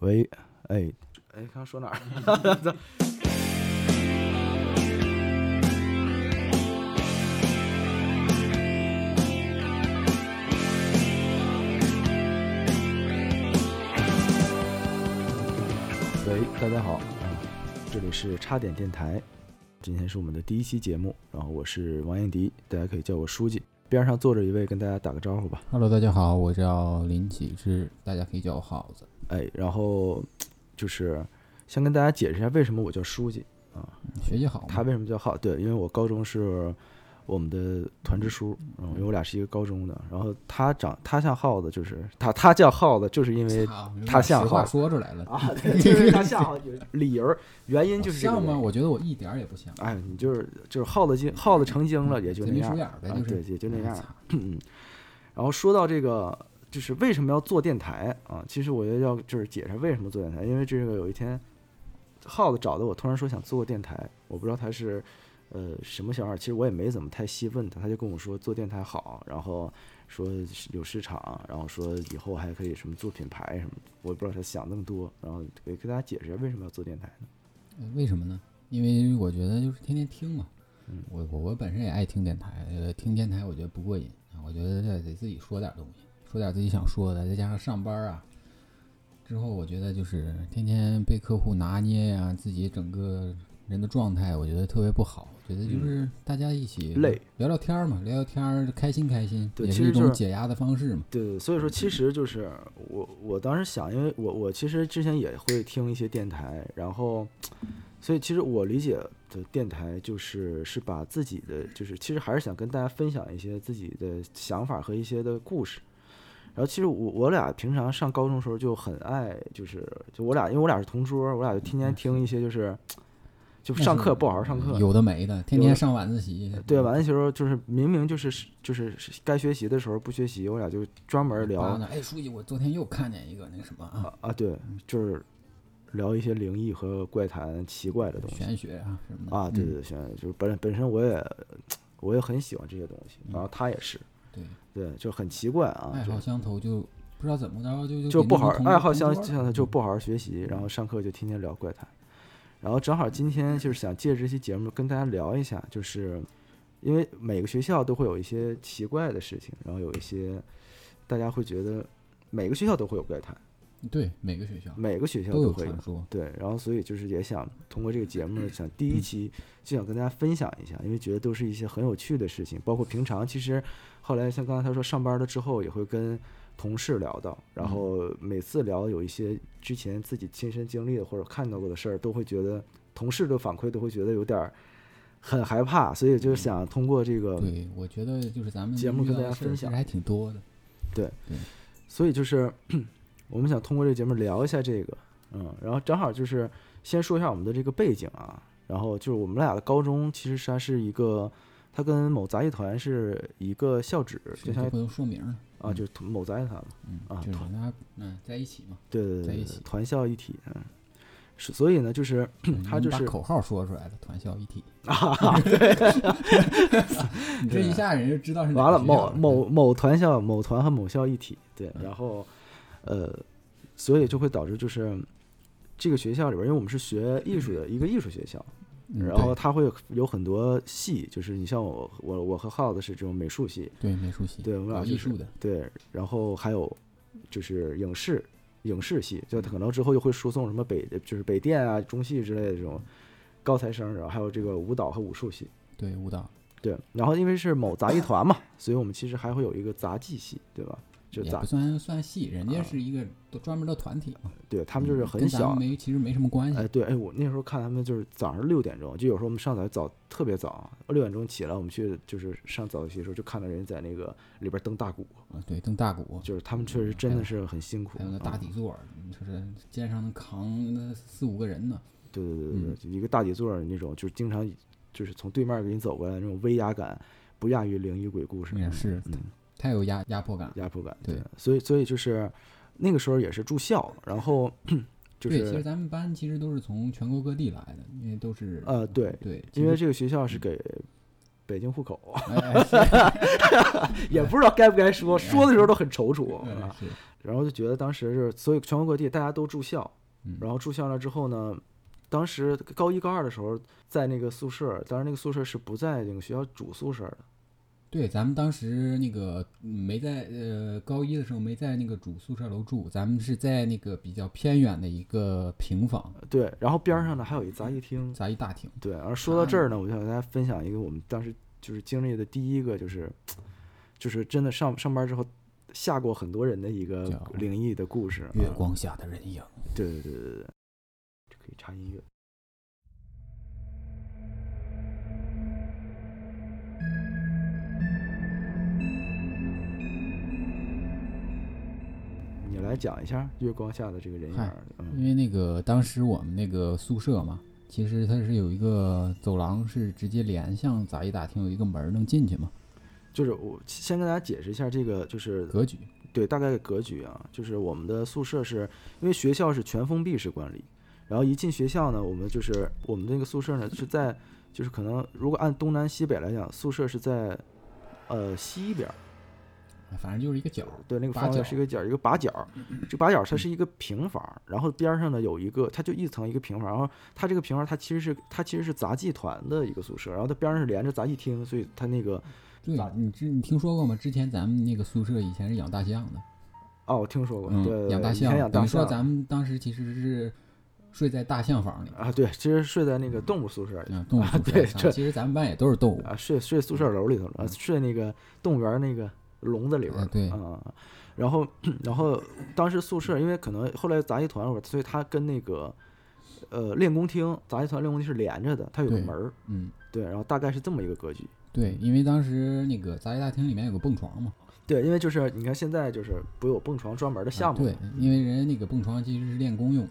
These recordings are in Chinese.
喂，哎，哎，刚说哪儿？ 喂，大家好，啊，这里是差点电台，今天是我们的第一期节目，然后我是王彦迪，大家可以叫我书记，边上坐着一位，跟大家打个招呼吧。 Hello，大家好，我叫林启志，大家可以叫我耗子。哎，然后就是先跟大家解释一下为什么我叫书记，学习好吗，他为什么叫浩？对，因为我高中是我们的团支书，嗯，因为我俩是一个高中的，然后他长他像耗子，就是他他叫耗子，就是因为操他像实话耗说出来了， 啊，对就是他像耗子，理由原因我就是这个像原吗？因我觉得我一点儿也不像，哎，你就是就是耗子精，耗子成精了也就贼那眉样鼠儿，眼儿呗，啊就对，是哎嗯也就那样儿。操然后说到这个，就是为什么要做电台啊？其实我觉得要就是解释为什么做电台，因为这个有一天，耗子找的我，突然说想做个电台，我不知道他是呃什么想法，其实我也没怎么太细问他，他就跟我说做电台好，然后说是有市场，然后说以后还可以什么做品牌什么的，我也不知道他想那么多，然后给给大家解释一下为什么要做电台呢？呃为什么呢？因为我觉得就是天天听嘛，嗯我我我本身也爱听电台，呃，听电台我觉得不过瘾啊，我觉得得得自己说点东西，说点自己想说的，再加上上班啊，之后我觉得就是天天被客户拿捏呀、自己整个人的状态，我觉得特别不好。觉得就是大家一起嗯累聊聊天儿嘛，聊聊天儿开心开心，对也其是实一就种是解压的方式嘛。对对，所以说其实就是我我当时想，因为我我其实之前也会听一些电台，然后，所以其实我理解的电台就是是把自己的就是其实还是想跟大家分享一些自己的想法和一些的故事。然后其实我我俩平常上高中的时候就很爱，就是就我俩因为我俩是同桌，我俩就天天听一些就是，就上课不好好上课，有的没的，天有天的上晚自习，对，完了时候就是明明就是就是该学习的时候不学习，我俩就专门聊扒拉哎，书记，我昨天又看见一个那个什么啊，啊啊，对，就是聊一些灵异和怪谈奇怪的东西玄学啊什么的啊，对嗯对对，行，就是本本身我也我也很喜欢这些东西，然后他也是，对。对，就很奇怪啊嗯爱，好就相投就不知道怎么着就就就给不弄好成爱好同相桌儿嗯像他就不好好学习，然后上课就天天聊怪谈，然后正好今天就是想借这期节目跟大家聊一下，就是因为每个学校都会有一些奇怪的事情，然后有一些大家会觉得每个学校都会有怪谈，对每个学校每个学校都有嗯会有传。说，对，然后所以就是也想通过这个节目，想第一期就想跟大家分享一下，因为觉得都是一些很有趣的事情，包括平常其实后来像刚才他说上班了之后也会跟同事聊到，然后每次聊有一些之前自己亲身经历的或者看到过的事儿，都会觉得同事的反馈都会觉得有点儿很害怕，所以就想通过这个对我觉得就是咱们嗯节目遇跟到大的家事分儿其实享还挺多的，所以就是我们想通过这个节目聊一下这个，嗯，然后正好就是先说一下我们的这个背景啊，然后就是我们俩的高中其实它是一个，它跟某杂技团是一个校址，就是相就当于不能说名儿了，啊，就是同某杂技团嘛，嗯啊，就是团大家嗯在一起嘛，对对对在对对一起，团校一体，嗯，是，所以呢，就是嗯他你就把是啊口号说出来了，团校一体你 这一下人就知道是哪完了个学某校嗯某某团校某团和某校一体，对，然后呃，所以就会导致就是这个学校里边，因为我们是学艺术的一个艺术学校。嗯然后它会有有很多系，就是你像我我我和耗子是这种美术系，对对美术系对我们俩搞就艺是术的对，然后还有就是影视影视系，就可能之后又会输送什么北就是北电啊、中戏之类的这种高材生，然后还有这个舞蹈和武术系，对舞蹈对，然后因为是某杂技团嘛，所以我们其实还会有一个杂技系，对吧？就也杂不算算系，人啊家是一个都专门的团体嘛，对他们就是嗯很跟咱小们，没其实没什么关系哎，，对，哎，我那时候看他们就是早上六点钟，就有时候我们上早早特别早，六点钟起来，我们去就是上早自习的时候，就看到人在那个里边蹬大鼓，啊对蹬大鼓就是他们确实真的是很辛苦哎还有那啊。大底座儿，就是肩上能扛那四五个人呢。对对对嗯对，对，一个大底座儿那种，就是经常就是从对面给你走过来那种威压感，不亚于灵异鬼故事，也是嗯，太有压压迫感。压迫感。对，所以所以就是那个时候也是住校，然后 就对，其实是咱们班其实都是从全国各地来的，因为都是呃对，对，其因为实嗯这个学校是给北京户口，哎，是也不知道该不该说，说的时候都很踌躇 嗯啊。是然后就觉得当时是，所以全国各地大家都住校，嗯然后住校了之后呢，当时高一高二的时候在那个宿舍，当然那个宿舍是不在那个学校主宿舍的，对，咱们当时那个嗯没在呃高一的时候没在那个主宿舍楼住，咱们是在那个比较偏远的一个平房，对。然后边儿上呢还有一嗯杂技厅，咱一大厅。对，而说到这啊儿呢，我就想跟大家分享一个我们当时就是经历的第一个，就是就是真的上上班之后吓过很多人的一个叫灵异的故事。月啊光下的人影，对对对对对对，这可以插音乐。你来讲一下月光下的这个人影嗨儿，嗯因为那个当时我们那个宿舍嘛，其实它是有一个走廊是直接连向咱一大厅有一个门儿能进去嘛，就是我先跟大家解释一下这个，就是格局。对，大概的格局啊，就是我们的宿舍是因为学校是全封闭式管理，然后一进学校呢，我们就是我们这个宿舍呢是在就是可能如果按东南西北来讲，宿舍是在呃西边儿，反正就是一个角，对，那个八方位角嗯是一个角儿，一个把角儿，这把角儿它是一个平房儿，然后边儿上呢有一个，它就一层一个平房儿，然后它这个平房儿它其实是它其实是杂技团的一个宿舍，然后它边儿上是连着杂技厅，所以它那个对，你知你听说过吗？之前咱们那个宿舍以前是养大象的，哦，我听说过，对对嗯，对，养大以前象，养等大于说象咱们当时其实是睡在大象房里，啊，对，其实睡在那个动物宿舍里。啊，动物宿舍对咱这其实咱们班也都是动物，啊，睡睡宿舍楼里头了，睡那个动物园那个笼子里边儿哎了。嗯对啊、然后然后当时宿舍，因为可能后来杂技团会儿，所以它跟那个呃练功厅、杂技团练功厅是连着的，它有个对门儿。嗯，对，然后大概是这么一个格局。对，因为当时那个杂技大厅里面有个蹦床嘛，对，因为就是你看现在就是不有蹦床专门啊的项目吗、对，因为人家那个蹦床其实是练功用的，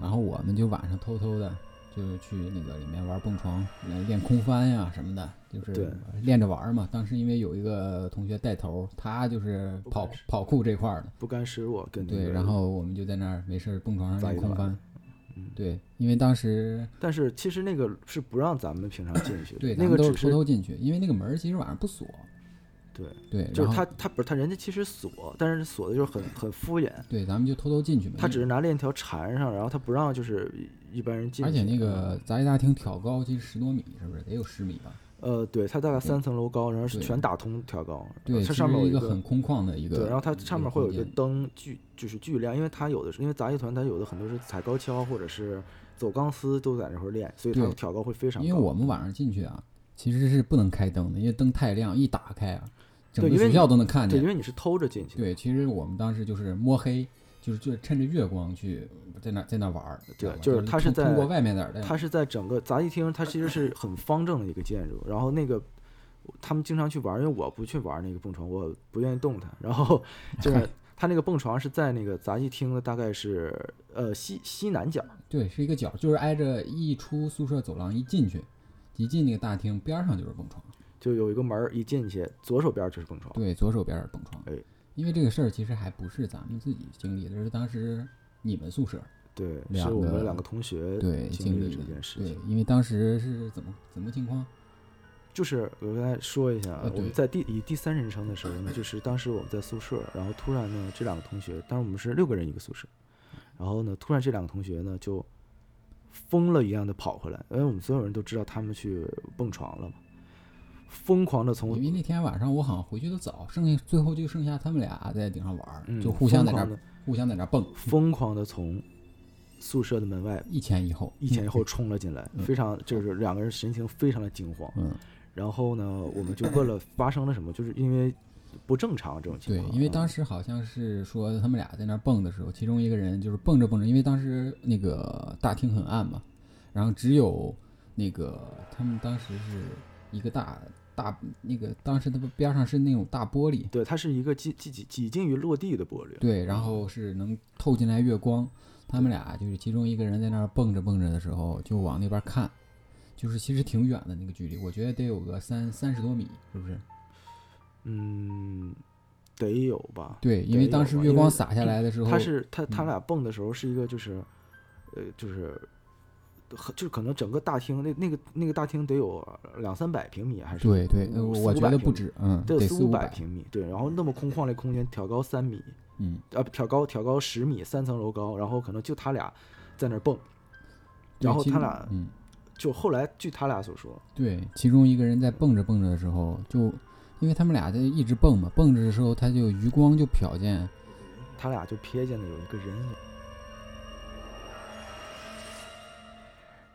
然后我们就晚上偷偷的就去那个里面玩蹦床，来练空翻呀、什么的，就对是练着玩儿嘛。当时因为有一个同学带头，他就是不跑管是跑酷这块儿的，不甘示弱跟那对，个然后我们就在那儿没事儿蹦床上杂练技空团翻嗯。对，因为当时但是其实那个是不让咱们平常进去的，对咱那个们都是只偷是偷进去，因为那个门儿其实晚上不锁。对，对，就然是后他他不是他人家其实锁，但是锁的就是很很敷衍，对，咱们就偷偷进去嘛。他因只是拿链条缠上，然后他不让就是一一般人进而去。嗯且那个杂技大厅挑高其实十多米，是不是得有十米吧？呃，对，它大概三层楼高，然后是对全打通挑高，对，它其上面实有一个个很空旷的一个，对，然后它上面会有一个空间灯巨就是巨亮，因为它有的是因为杂技团它有的很多是踩高跷或者是走钢丝都在那块儿练，所以它对挑高会非常高。因为我们晚上进去啊，其实是不能开灯的，因为灯太亮，一打开啊，整对个因为学校都能看对，见因。为你是偷着进去的，对，其实我们当时就是摸黑，就是就趁着月光去在那在那玩儿，对知道吧就是就它是通在通过外面那儿，它是在整个杂技厅，它其实是很方正的一个建筑，然后那个。他们经常去玩，因为我不去玩那个蹦床，我不愿意动它。然 后就是它那个蹦床是在那个杂技厅的，大概是呃西西南角，对是一个角，就是挨着一出宿舍走廊一进去，一进那个大厅边儿上就是蹦床，就有一个门儿，一进去左手边就是蹦床。对，左手边儿是蹦床。哎因为这个事儿其实还不是咱们自己经历的，是当时你们宿舍对，两是我们个两个同学对经历历的这件事对情。，因为当时是怎么怎么情况？就是我跟大家说一下，啊我们对在第以第三人称的时候呢，就是当时我们在宿舍，然后突然呢，这两个同学，当时我们是六个人一个宿舍，然后呢，突然这两个同学呢就疯了一样的跑回来，因为我们所有人都知道他们去蹦床了嘛，疯狂的从因为那天晚上我好像回去的早，剩下最后就剩下他们俩在顶上玩儿，嗯就互相在疯狂那儿嗯的互相在那儿蹦，疯狂的从宿舍的门外一前一后，嗯一前一后冲了进来，非常就是两个人神情非常的惊慌。嗯，然后呢，我们就问了发生了什么，就是因为不正常这种情对况啊。，因为当时好像是说他们俩在那儿蹦的时候，其中一个人就是蹦着蹦着，因为当时那个大厅很暗嘛，然后只有那个他们当时是一个大大那个当时他们边上是那种大玻璃，对它是一个几几几几近于落地的玻璃。对，然后是能透进来月光。他们俩就是其中一个人在那儿蹦着蹦着的时候，就往那边看，就是其实挺远的那个距离，我觉得得有个三三十多米，是不是？嗯，得有吧？对，因得为有当时吧月因为光洒下来的时候，它是它它嗯俩蹦的时候是一个就是，呃，就是很就是可能整个大厅那那个那个大厅得有两三百平米还是对对，呃五我四五觉百得平不米止，嗯，得有得四四五百，平米，对，然后那么空旷的空间挑高三米，嗯，呃，不挑高挑高十米，三层楼高，然后可能就他俩在那儿蹦，对然后其他中俩嗯，就后来据他俩所说，对，其中一个人在蹦着蹦着的时候，就因为他们俩在一直蹦嘛，蹦着的时候他就余光就瞟见，他俩就瞥见了有一个人影，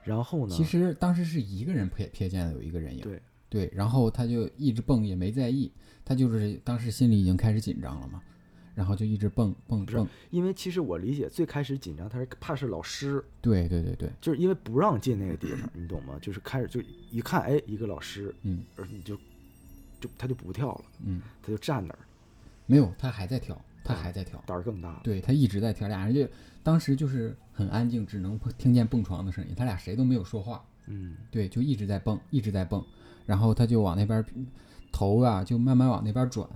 然后呢，其实当时是一个人瞥瞥见了有一个人影，对对，然后他就一直蹦也没在意，他就是当时心里已经开始紧张了嘛，然后就一直蹦蹦不是蹦，因为其实我理解最开始紧张，他是怕是老师，对对对对，就是因为不让进那个地方，你懂吗？就是开始就一看，哎，一个老师，嗯而你就就他就不跳了，嗯，他就站那儿，没有，他还在跳，他还在跳，胆儿更大了。对他一直在跳，俩人就当时就是很安静，只能听见蹦床的声音，他俩谁都没有说话，嗯，对，就一直在蹦，一直在蹦，然后他就往那边头啊，就慢慢往那边转，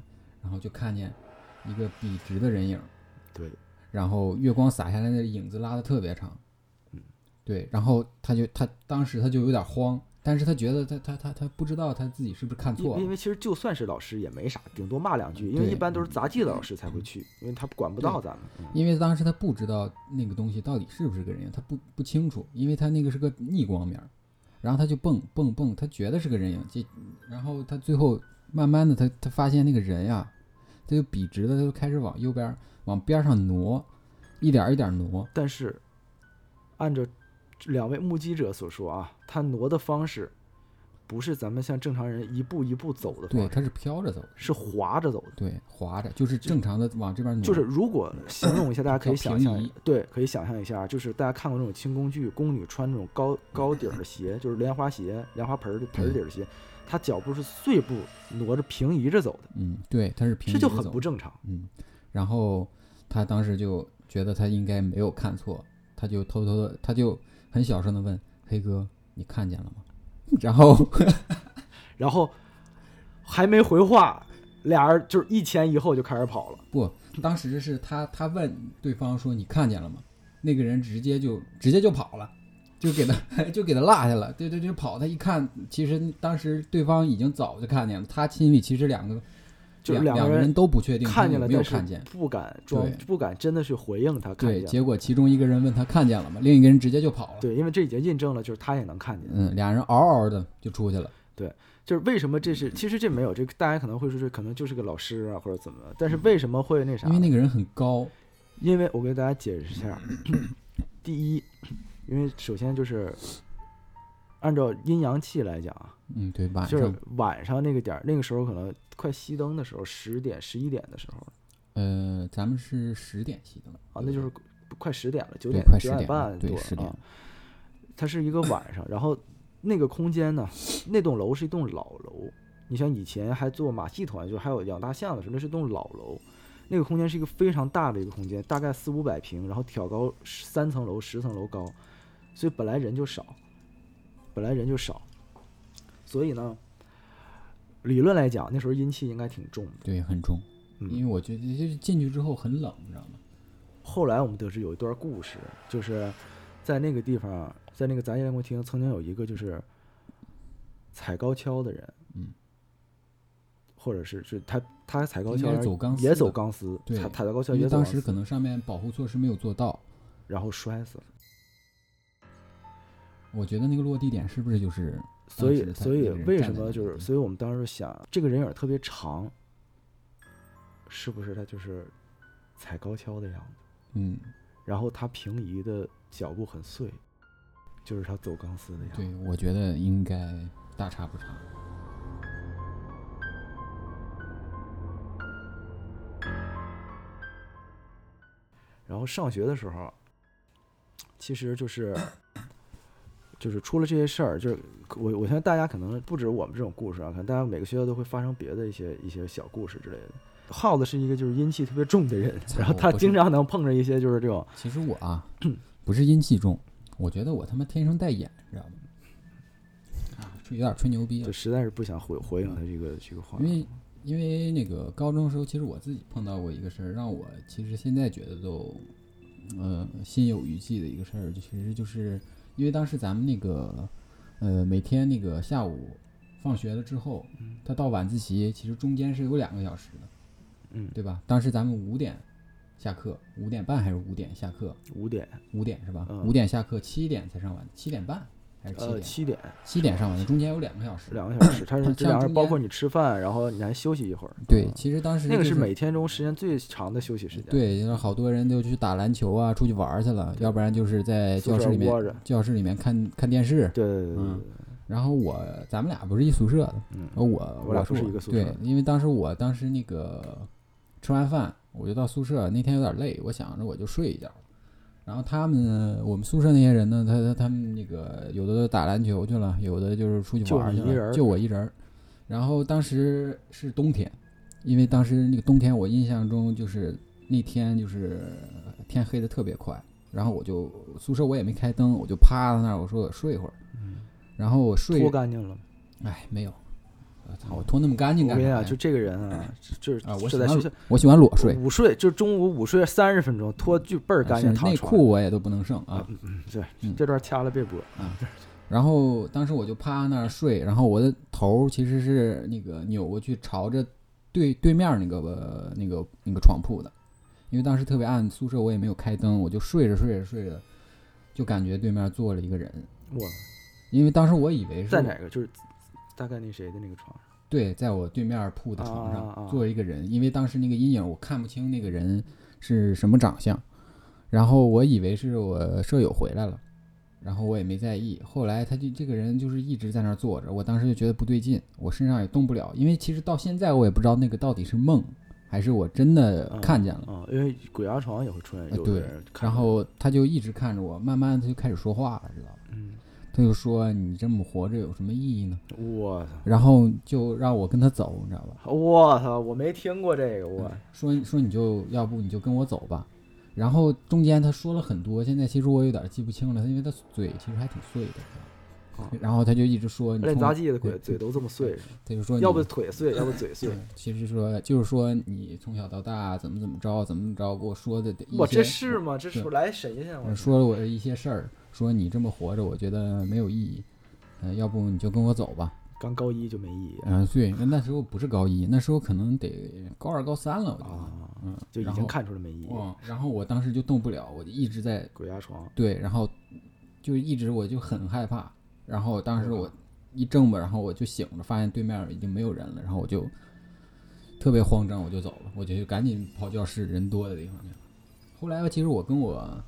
然后就看见一个笔直的人影，对，然后月光洒下来的影子拉的特别长，对，然后他就他当时他就有点慌，但是他觉得他他他他不知道他自己是不是看因错因了，为其实就算是老师也没啥，顶多骂两句，因为对嗯一般都是杂技的老师才会去，因为他管不到咱们。嗯因为当时他不知道那个东西到底是不是个人影，他不不清楚，因为他那个是个逆光面儿，然后他就蹦蹦蹦，他觉得是个人影，这然后他最后慢慢的他他发现那个人呀、他就笔直的他就开始往右边儿往边儿上挪，一点儿一点儿挪，但是，按照两位目击者所说啊，他挪的方式不是咱们像正常人一步一步走的对，方式，他是飘着走的，是滑着走的。对，滑着就是正常的往这边挪，就是如果形容一下，大家可以想叫嗯平象移，对，可以想象一下，就是大家看过那种轻工具，宫女穿那种高高底儿的鞋，就是莲花鞋、莲花盆儿的盆儿底儿的鞋，她脚步是碎步挪着平移着走的，嗯，对，他是平这就移很走不正常。嗯，然后他当时就觉得他应该没有看错，他就偷偷的，他就很小声的问黑哥：“你看见了吗？” 然后然后还没回话，俩人就是一前一后就开始跑了。不，当时是他他问对方说：“你看见了吗？”那个人直接就直接就跑了，就给他 就给他落下了，对对，就跑。他一看，其实当时对方已经早就看见了，他心里其实两个就是两两个个人人都不确定看他见有了，没有但是看见。不敢装对，不敢真的去回应他看对，见了。结果其中一个人问他看见了吗？另一个人直接就跑了。对，因为这已经印证了，就是他也能看见。嗯，俩人嗷嗷的就出去了。就是为什么这是？其实这没有，这个大家可能会说这可能就是个老师啊，或者怎么的。但是为什么会那啥因呢？为那个人很高，因为我给大家解释一 下，第一，因为首先就是按照阴阳气来讲啊，嗯，对，晚就是上，晚上那个点儿，那个时候可能快熄灯的时候，十点、十一点的时候呃，咱们是十点熄灯啊，那就是快十点了，九对点快、九10点了半对多10点啊。它是一个晚上，然后那个空间呢，那栋楼是一栋老楼。你像以前还做马戏团，就是还有养大象的时候，那是一栋老楼。那个空间是一个非常大的一个空间，大概四五百平，然后挑高十三层楼、十层楼高，所以本来人就少，本来人就少，所以呢，理论来讲，那时候阴气应该挺重的。对，很重，嗯因为我觉得就是进去之后很冷，你知道吗？后来我们得知有一段故事，就是在那个地方，在那个杂技练功厅，曾经有一个就是踩高跷的人，嗯，或者是是他他踩高应跷该是走钢丝也的走钢丝，对踩踩到高跷因也为走钢当丝，时可能上面保护措施没有做到，然后摔死了。我觉得那个落地点是不是就是所以当时他所以那个人为站什在么那就是，里所以我们当时想，这个人影儿特别长，是不是他就是踩高跷的样子？嗯，然后他平移的脚步很碎，就是他走钢丝的样子。对，我觉得应该大差不差。然后上学的时候，其实就是就是出了这些事儿，就是我我相信大家可能不止我们这种故事啊，可能大家每个学校都会发生别的一些一些小故事之类的。耗子是一个就是阴气特别重的人，然后他经常能碰着一些就是这种其实我啊，不是阴气重，我觉得我他妈天生带眼，你知道吗？啊，吹有点吹牛逼了就，实在是不想回回应他这个这个话因。为因为那个高中时候，其实我自己碰到过一个事儿，让我其实现在觉得都，呃，心有余悸的一个事儿，就其实就是因为当时咱们那个呃每天那个下午放学了之后，他到晚自习其实中间是有两个小时的，嗯，对吧？当时咱们五点下课，五点半还是五点下课？五点，五点是吧？嗯五点下课，七点才上晚，七点半还是七呃，点？七点七点上晚自习，中间有两个小时。两个小时，它是像这两个中包间括你吃饭，然后你还休息一会儿。对，嗯其实当时那个就是每天中时间最长的休息时间。，对，就是好多人就去打篮球啊，出去玩儿去了，要不然就是在宿教舍室里面窝着教室里面看看电视。对对对对嗯然后我咱们俩不是一宿舍的，嗯然后我我俩是不是我一个宿舍对的，因为当时我当时那个吃完饭我就到宿舍，那天有点累，我想着我就睡一觉。然后他们呢，我们宿舍那些人呢，他他他们那个有的都打篮球去了，有的就是出去就玩儿你去一人了，儿就我一人儿。然后当时是冬天，因为当时那个冬天我印象中就是那天就是呃天黑的特别快，然后我就宿舍我也没开灯，我就趴在那儿，我说我睡一会儿。然后我对，睡嗯脱干净了。哎，没有，我操，我拖那么干净我干跟啥你呀？讲，就这个人啊，就啊，是是我喜在欢学校我喜欢裸睡，午睡，就中午午睡三十分钟，脱就倍儿啊干甚净，至躺内床裤我也都不能剩啊。啊上。对嗯，这段掐了别播。然后当时我就趴那儿睡，然后我的头其实是那个扭过去朝着对对面那个、呃那个那个床铺的，因为当时特别暗，宿舍我也没有开灯，我就睡着睡着睡着，就感觉对面坐了一个人，我因为当时我以为是在我哪个？就是大概那谁的那个床上。对，在我对面铺的床啊啊上啊坐着一个人，因为当时那个阴影我看不清那个人是什么长相，然后我以为是我舍友回来了，然后我也没在意。后来他就这个人就是一直在那儿坐着，我当时就觉得不对劲，我身上也动不了，因为其实到现在我也不知道那个到底是梦还是我真的嗯看见了。啊，因为鬼压床也会出现呃有对的人看然着，后他就一直看着我，慢慢他就开始说话了，知道吧？嗯，他就说：“你这么活着有什么意义呢我？”然后就让我跟他走，你知道吧？操，我操，我没听过这个，我说说你就要不你就跟我走吧。然后中间他说了很多，现在其实我有点记不清了，因为他嘴其实还挺碎的。啊然后他就一直说你练嗯冲杂我，技的鬼嘴都这么碎，他就说你要不腿 碎，要不嘴碎。其实说就是说你从小到大怎么怎么着怎么怎么着给我说的一我些这是吗？这是对我来神仙，啊我呃说了我的一些事儿，说你这么活着我觉得没有意义，呃，要不你就跟我走吧。刚高一就没意义嗯、对，那时候不是高一，那时候可能得高二高三了，我觉得，啊，嗯，就已然经后看出来没意义。嗯，然后我当时就动不了，我就一直在鬼压床，对，然后就一直我就很害怕，然后当时我一挣吧，然后我就醒了，发现对面已经没有人了，然后我就特别慌张，我就走了，我就就赶紧跑教室人多的地方去了。后来吧其实我跟我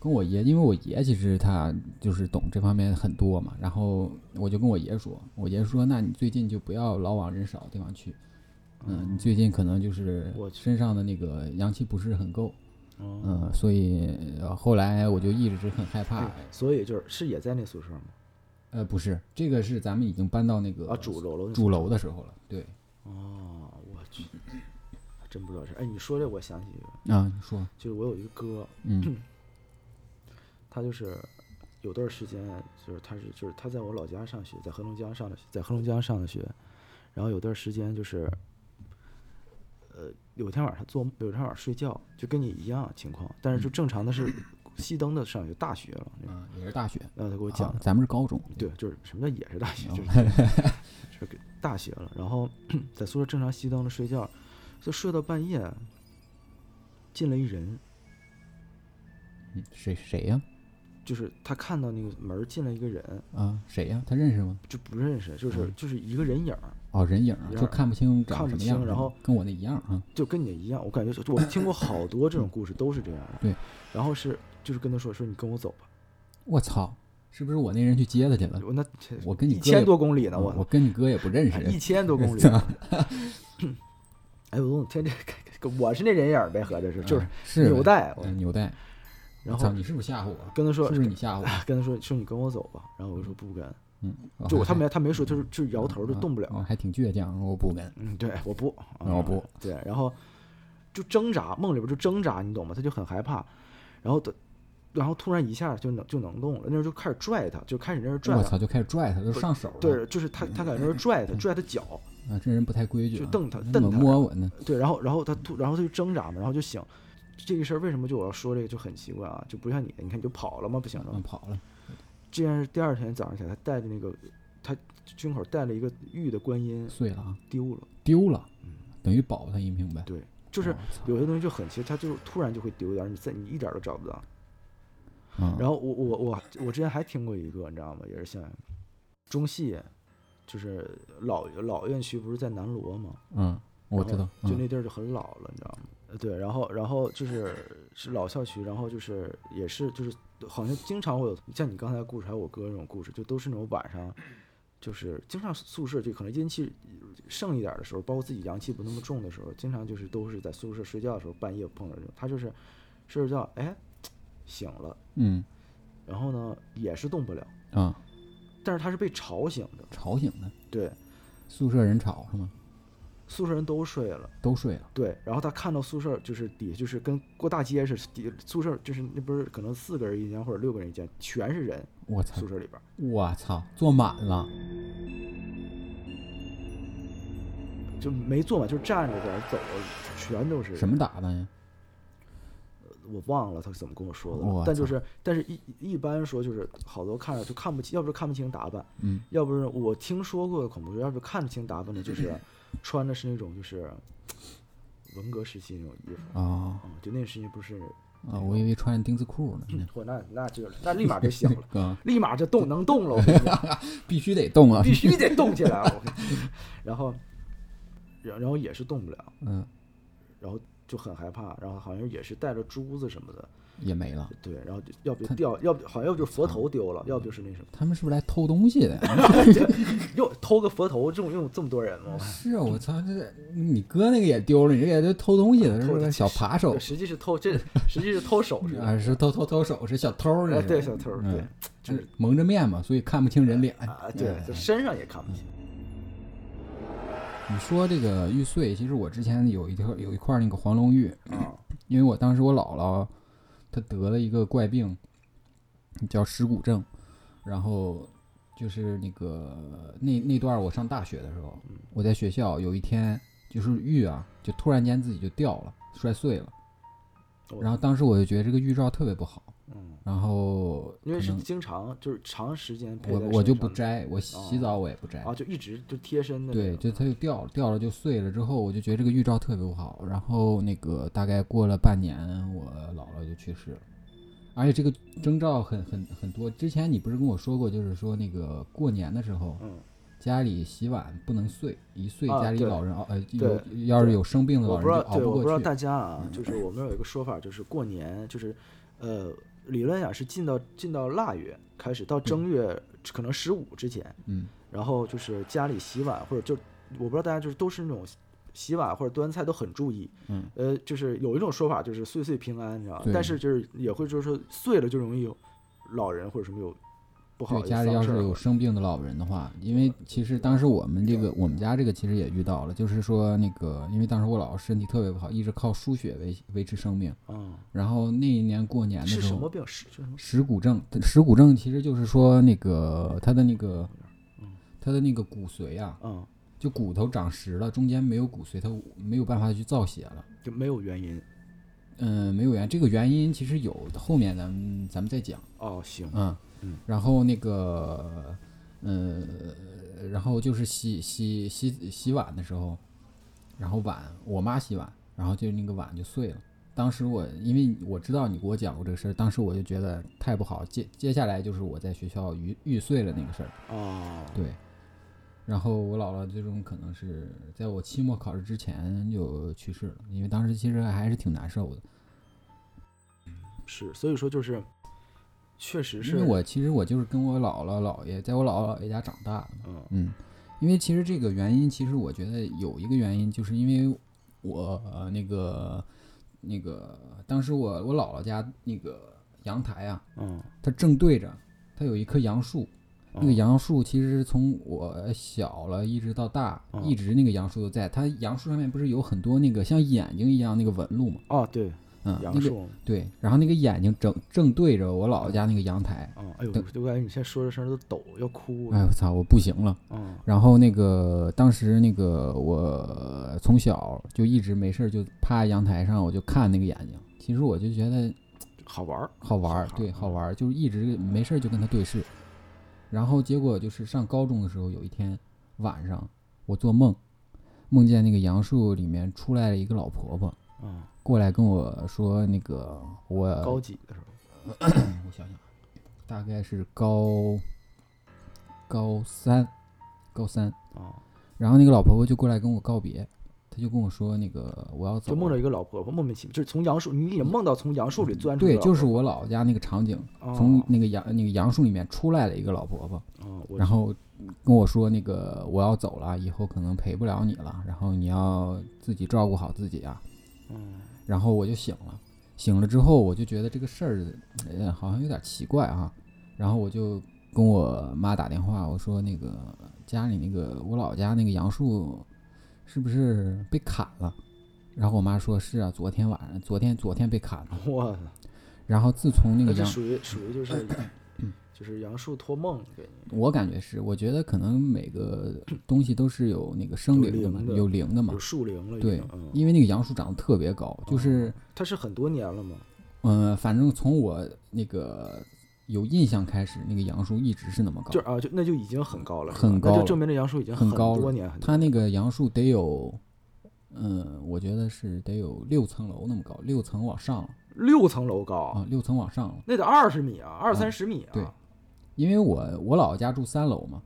跟我爷，因为我爷其实他就是懂这方面很多嘛，然后我就跟我爷说，我爷说，那你最近就不要老往人少的地方去。嗯，你最近可能就是我去身上的那个阳气不是很够，嗯，嗯，所以、呃后来我就一直很害怕。所以就是是也在那宿舍吗？呃，不是，这个是咱们已经搬到那个啊，主楼了，主楼的时候了。对，哦，我去，还真不知道这。哎，你说这我想起一个，啊，你说，就是我有一个哥，嗯他就是有段时间，就是他是就是他在我老家上学，在黑龙江上的在黑龙江上的学，然后有段时间就是，呃，有一天晚上做梦，有一天晚上睡觉就跟你一样情况，但是就正常的是熄灯的上学，大学了，那啊，也是大学，然后嗯他给我我讲的，咱们是高中，对，就是什么叫也是大学，哦 就是就是给大学了，然后 在宿舍正常熄灯了睡觉，就睡到半夜，进来一人，嗯，谁谁呀？就是他看到那个门儿进来一个人，啊，谁呀？他认识吗？就不认识，就是嗯就是一个人影儿，哦，人影啊，人就儿看不清长看什不么样清儿，然后跟我那一样啊。就跟你一样，我感觉就我听过好多这种故事，都是这样的。嗯对，然后是就是跟他说说你跟我走吧，我操，是不是我那人去接他去了？我那这我嗯跟你一哥也千不，多公里呢，嗯我我跟你哥也不认识。哎。一千多公里 哎，我天，这 个我是那人影儿呗，合着是就是啊是纽呗，带，我嗯纽带。然操后你是不是吓唬我？跟他说是不是你吓唬我？跟他说说你跟我走吧，然后我就说不跟，嗯，哦就还他还没他没说，就是就是摇头就啊动不了，哦还挺倔强，我不跟。嗯，对，我不，嗯我不，对，然后就挣扎，梦里边就挣扎，你懂吗？他就很害怕，然后的，然后突然一下就能就能动了，那时候就开始拽他，就开始在那儿拽我他，操，就开始拽他，都上手了。对，就是他他敢在那儿拽他，拽他脚，啊，这人不太规矩、啊，就瞪他你瞪怎他么摸我呢？对，然后然后他突然后他就挣扎嘛，然后就醒。这个事儿为什么就我要说这个就很奇怪啊？就不像你，你看你就跑了嘛，不行了啊，，跑了，这件事第二天早上起来，他带着那个他胸口带了一个玉的观音碎了啊，丢了，丢了嗯，等于保他一命呗。对，就是我操有些东西就很奇，它就是突然就会丢掉，你在你一点儿都找不到。嗯，然后我我我我之前还听过一个，你知道吗？也是像中戏，就是老老院区不是在南锣吗？嗯，我知道，就嗯那地儿就很老了，你知道吗？呃对，然后然后就是是老校区，然后就是也是就是好像经常会有像你刚才的故事，还有我哥那种故事，就都是那种晚上，就是经常宿舍就可能阴气盛一点的时候，包括自己阳气不那么重的时候，经常就是都是在宿舍睡觉的时候半夜碰着这种，他就是睡着觉哎醒了，嗯然后呢也是动不了，啊，但是他是被吵醒的，吵醒的，对，宿舍人吵是吗？宿舍人都睡了。都睡了，对，然后他看到宿舍就是底下就是跟过大街似的，底宿舍就是那不是可能四个人一间或者六个人一间，全是人，我操宿，舍里边儿。我操，坐满了，就没坐满，就站着在那儿走，全都是人什么打扮呀？我忘了他怎么跟我说的我了，但就操是但是一一般说就是好多看着就看不清，要不是看不清打扮，嗯，要不是我听说过的恐怖片，要不是看不清打扮的，就是 穿的是那种就是文革时期那种衣服。啊嗯，就那时期不是，哎啊，我以为穿着丁字裤呢，我那那就那立马就醒了，啊，立马就动能动了，我跟你讲。必须得动啊，必须得动起来。 我跟你说然后，然然后也是动不了，嗯，然后就很害怕，然后好像也是带着珠子什么的，也没了。对，然后就要不就掉，要不好像要不就是佛头丢了，要不就是那什么，他们是不是来偷东西的呀？ 又偷个佛头，这种用这么多人吗？是啊，我操，这你哥那个也丢了，你这个也就偷东西的，是 偷不是的小扒手对实际是偷，这实际是偷手是吧？ 啊？是偷偷偷手，是小偷哎，这对，是。小偷，嗯对，就是蒙着面嘛，所以看不清人脸。啊，对哎，就身上也看不清，你说这个玉碎，其实我之前有一条有一块那个黄龙玉，啊，因为我当时我姥姥她得了一个怪病，叫蚀骨症，然后就是那个那那段我上大学的时候，嗯我在学校有一天就是玉啊，就突然间自己就掉了，摔碎了，我然后当时我就觉得这个预兆特别不好，嗯，然后因为可是能经常就是长时间佩我戴我身就不上的摘，我洗澡我也不摘，啊，就一直就贴身的那对，种，就它就掉了，掉了就碎了。之后我就觉得这个预兆特别不好。然后那个大概过了半年，我姥姥就去世了。而且这个征兆很很很多。之前你不是跟我说过，就是说那个过年的时候，嗯，家里洗碗不能碎，一碎啊家里对老人熬，呃，对有要是有生病的我老不知人道，嗯就熬对，我知过道去。嗯大家啊，就是我们有一个说法，就是过年，就是呃，理论上是进到进到腊月开始，到正月可能十五之前，嗯然后就是家里洗碗或者就我不知道大家就是都是那种洗碗或者端菜都很注意，嗯，呃，就是有一种说法就是岁岁平安，你知道吧对？但是就是也会就是说碎了就容易有老人或者什么有不好对，的家里丧要事是儿有或者生病的老人的话，因为其实当时我们这个我们家这个其实也遇到了，就是说那个，因为当时我姥姥身体特别不好，一直靠输血维维持生命。嗯，然后那一年过年的是时什候么，病？是是什么？蚀骨症，蚀骨症其实就是说那个他的那个，他的那个骨髓啊，嗯，就骨头长实了，中间没有骨髓，他没有办法去造血了。就没有原因嗯，没有原这个原因其实有，后面咱们咱们再讲。哦，行，嗯，嗯然后那个，呃，然后就是洗洗洗洗碗的时候，然后碗我妈洗碗，然后就那个碗就碎了。当时我因为我知道你给我讲过这个事儿，当时我就觉得太不好。接接下来就是我在学校遇遇碎了那个事儿，哦，对。然后我姥姥最终可能是在我期末考试之前就去世了，因为当时其实还是挺难受的。是，所以说就是，确实因是为我其实我就是跟我姥姥姥爷在我姥姥姥爷家长大的嘛，嗯嗯，因为其实这个原因，其实我觉得有一个原因，就是因为我、呃那个那个，当时我我姥姥家那个阳台啊，嗯，它正对着它有一棵杨树，那个嗯杨树其实从我小了一直到大，嗯一直那个杨树都在。它杨树上面不是有很多那个像眼睛一样那个纹路嘛？哦对，嗯，杨那个树，对，然后那个眼睛正正对着我姥姥家那个阳台。嗯，哎呦，对我感觉你现在说这声儿都抖，要哭哎了，我操，我不行了。嗯然后那个当时那个我从小就一直没事儿就趴在阳台上，我就看那个眼睛。其实我就觉得好玩儿，好玩儿，好对，玩儿好玩儿，就是一直没事儿就跟他对视。然后结果就是上高中的时候，有一天晚上我做梦，梦见那个杨树里面出来了一个老婆婆，嗯，过来跟我说那个我高几的时候，我想想啊，大概是高高三，高三。啊，然后那个老婆婆就过来跟我告别，她就跟我说那个我要走就了，梦着一个老婆婆，莫名其妙，就是从杨树，你也梦到从杨树里钻出来对，了，就是我姥家那个场景，哦从那个杨那个杨树里面出来了一个老婆婆，哦，我然后跟我说那个我要走了，以后可能陪不了你了，然后你要自己照顾好自己啊。嗯然后我就醒了，醒了之后我就觉得这个事儿，呃，好像有点奇怪啊。然后我就跟我妈打电话，我说那个家里那个我老家那个杨树是不是被砍了？然后我妈说是啊，昨天晚上，昨天昨天被砍了。我操，然后自从那个那嗯这杨，属于属于就是 就是杨树托梦给你，我感觉是，我觉得可能每个东西都是有那个生有灵的嘛灵，的有灵的嘛有。树龄了已嗯对经，嗯，因为那个杨树长得特别高，就是它是很多年了嘛，嗯、呃反正从我那个有印象开始，那个杨树一直是那么高。就啊就那就已经很高了，是吧很高那就了证明这杨树已经很高多了年很多它那个杨树得有，嗯，我觉得是得有六层楼那么高，六层往上了六层楼高，啊，六层往上了。那得二十米啊，二三嗯十米啊，对因为我我老家住三楼嘛，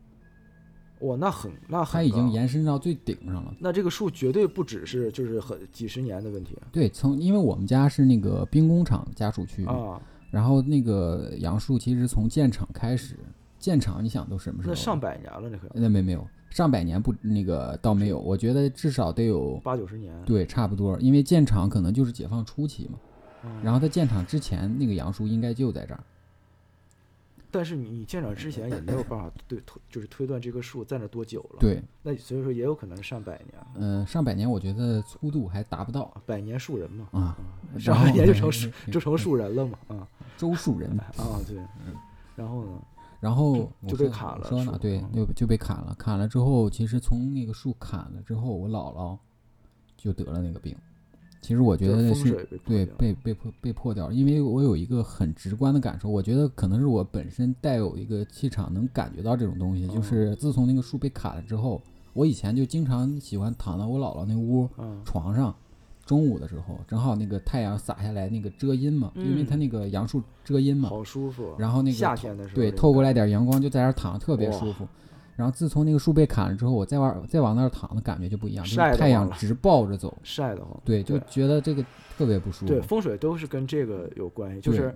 哇，那很那很它已经高延伸到最顶上了。那这个树绝对不只是就是很几十年的问题对，从因为我们家是那个兵工厂家属区嘛，啊，然后那个杨树其实从建厂开始，建厂你想都什么时候那了？上百年了，那可那没没有上百年不那个倒没有，我觉得至少得有八九十年。对差不多，因为建厂可能就是解放初期嘛。嗯然后在建厂之前，那个杨树应该就在这儿。但是你建厂之前也没有办法对推，就是推断这棵树在那多久了。，对，那所以说也有可能是上百年，嗯、上百年我觉得粗度还达不到百年树人嘛，嗯啊，上然后百年就 成树嗯就成树人了嘛，啊周树人，啊对。嗯然后呢，然后就我被说砍了我说是吧嗯呢，对，就就被砍了。砍了之后，其实从那个树砍了之后，我姥姥就得了那个病。其实我觉就得是风是水被破对掉了啊被被破被破掉了，因为我有一个很直观的感受，我觉得可能是我本身带有一个气场，能感觉到这种东西。哦就是自从那个树被砍了之后，我以前就经常喜欢躺到我姥姥那屋嗯床上，中午的时候正好那个太阳洒下来，那个遮阴嘛，因为它嗯那个杨树遮阴嘛，好舒服。然后那个夏透天的时候，对，透过来点阳光，就在那儿躺着特别舒服。然后自从那个树被砍了之后，我再往再往那儿躺的感觉就不一样，就晒是得太阳慌了直抱 着走，晒得慌。对，就对觉得这个特别不舒服对，。风水都是跟这个有关系，就嗯对是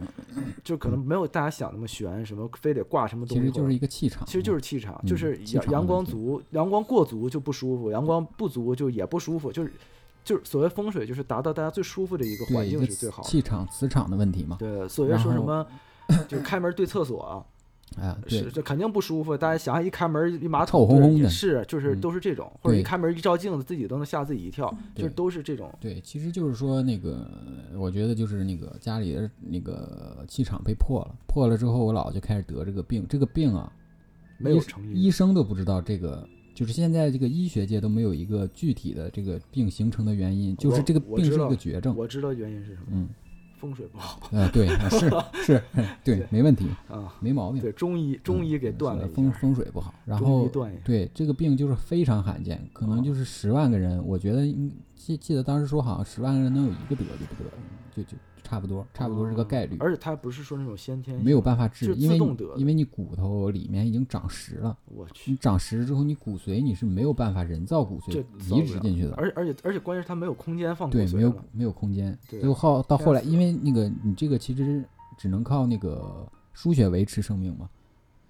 就可能没有大家想那么玄，什么非得挂什么东其西实或者，就是一个气场嘛，其实就是气场，就嗯是气阳场阳问光题足，阳光过足就不舒服，阳光不足就也不舒服，就是就是所谓风水，就是达到大家最舒服的一个环对一境个是最好的。气场磁场的问题嘛。对，所谓然说什后 么就开门对厕所，哎，是对，这肯定不舒服。大家想想，一开门一马桶臭烘对烘的是就是嗯都是这种，或者一对嗯开门一照镜子，自己都能吓自己一跳，就是对都是这种。对，其实就是说那个，我觉得就是那个家里的那个气场被破了，破了之后，我姥就开始得这个病。这个病啊，没医有生成因医生都不知道这个，就是现在这个医学界都没有一个具体的这个病形成的原因，就是这个我病是知一道个绝症。我知道原因是什么，嗯，风水不好呃， 对，啊是是，对，没问题，啊。没毛病。 对，中医中医给嗯断是了的一风下，风水不好，然中医后断一下。对这个病就是非常罕见，可哦能就是十万个人，我觉得应记记得当时说好像十万个人能有一个得就不得，就就差不多，差不多是个概率，哦啊而且它不是说那种先天没有性的办法治就，是因自为动你得的因为你骨头里面已经长石了，我去你，长石之后，你骨髓你是没有办法人造骨这髓造移不植了进去的，而而且而且关键是它没有空间放骨对，髓没有了没有空间。对所以后到该后来，死因为那个你这个其实只能靠那个输血维持生命嘛，